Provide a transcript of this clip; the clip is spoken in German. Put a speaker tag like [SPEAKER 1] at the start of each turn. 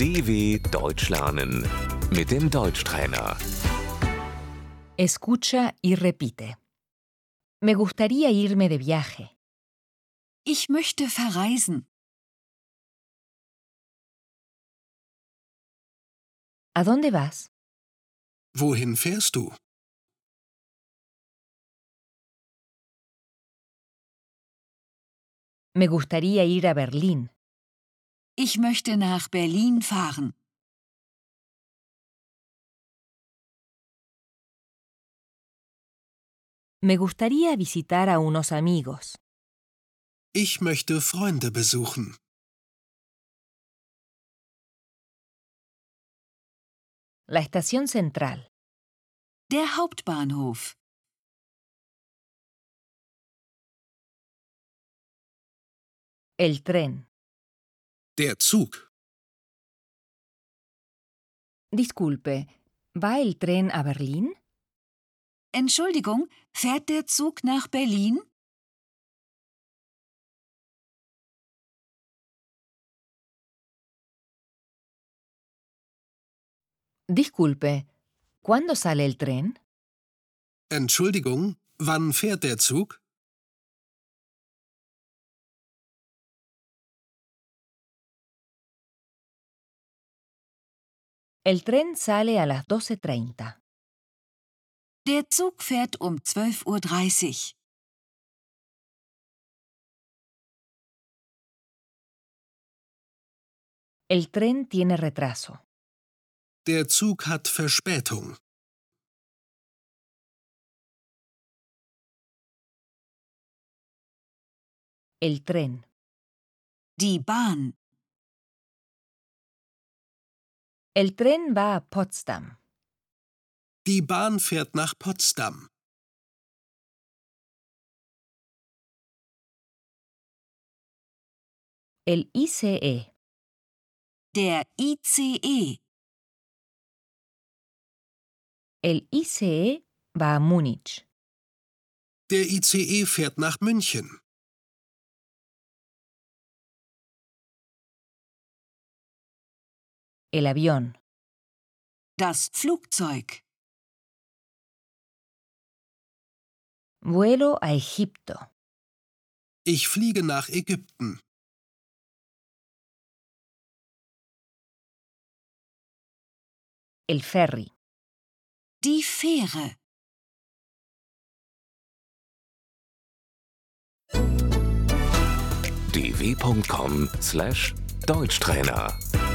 [SPEAKER 1] DW Deutsch lernen mit dem Deutschtrainer.
[SPEAKER 2] Escucha y repite. Me gustaría irme de viaje.
[SPEAKER 3] Ich möchte verreisen.
[SPEAKER 2] ¿A dónde vas?
[SPEAKER 4] Wohin fährst du?
[SPEAKER 2] Me gustaría ir a Berlín.
[SPEAKER 3] Ich möchte nach Berlin fahren.
[SPEAKER 2] Me gustaría visitar a unos amigos.
[SPEAKER 4] Ich möchte Freunde besuchen.
[SPEAKER 2] La estación central.
[SPEAKER 3] Der Hauptbahnhof.
[SPEAKER 2] El tren.
[SPEAKER 4] Der Zug.
[SPEAKER 2] Disculpe, ¿va el tren a Berlín?
[SPEAKER 3] Entschuldigung, fährt der Zug nach Berlin?
[SPEAKER 2] Disculpe, ¿cuándo sale el tren?
[SPEAKER 4] Entschuldigung, wann fährt der Zug?
[SPEAKER 2] El tren sale a las 12.30.
[SPEAKER 3] Der Zug fährt um 12.30 Uhr.
[SPEAKER 2] El tren tiene retraso.
[SPEAKER 4] Der Zug hat Verspätung.
[SPEAKER 2] El tren.
[SPEAKER 3] Die Bahn.
[SPEAKER 2] El tren va a Potsdam.
[SPEAKER 4] Die Bahn fährt nach Potsdam.
[SPEAKER 2] El E. ICE.
[SPEAKER 3] Der E. ICE.
[SPEAKER 2] El ICE va a Múnich.
[SPEAKER 4] Der ICE fährt nach München.
[SPEAKER 2] El avión.
[SPEAKER 3] Das Flugzeug.
[SPEAKER 2] Vuelo a Egipto.
[SPEAKER 4] Ich fliege nach Ägypten.
[SPEAKER 2] El ferry.
[SPEAKER 3] Die Fähre.
[SPEAKER 1] dw.com/deutschtrainer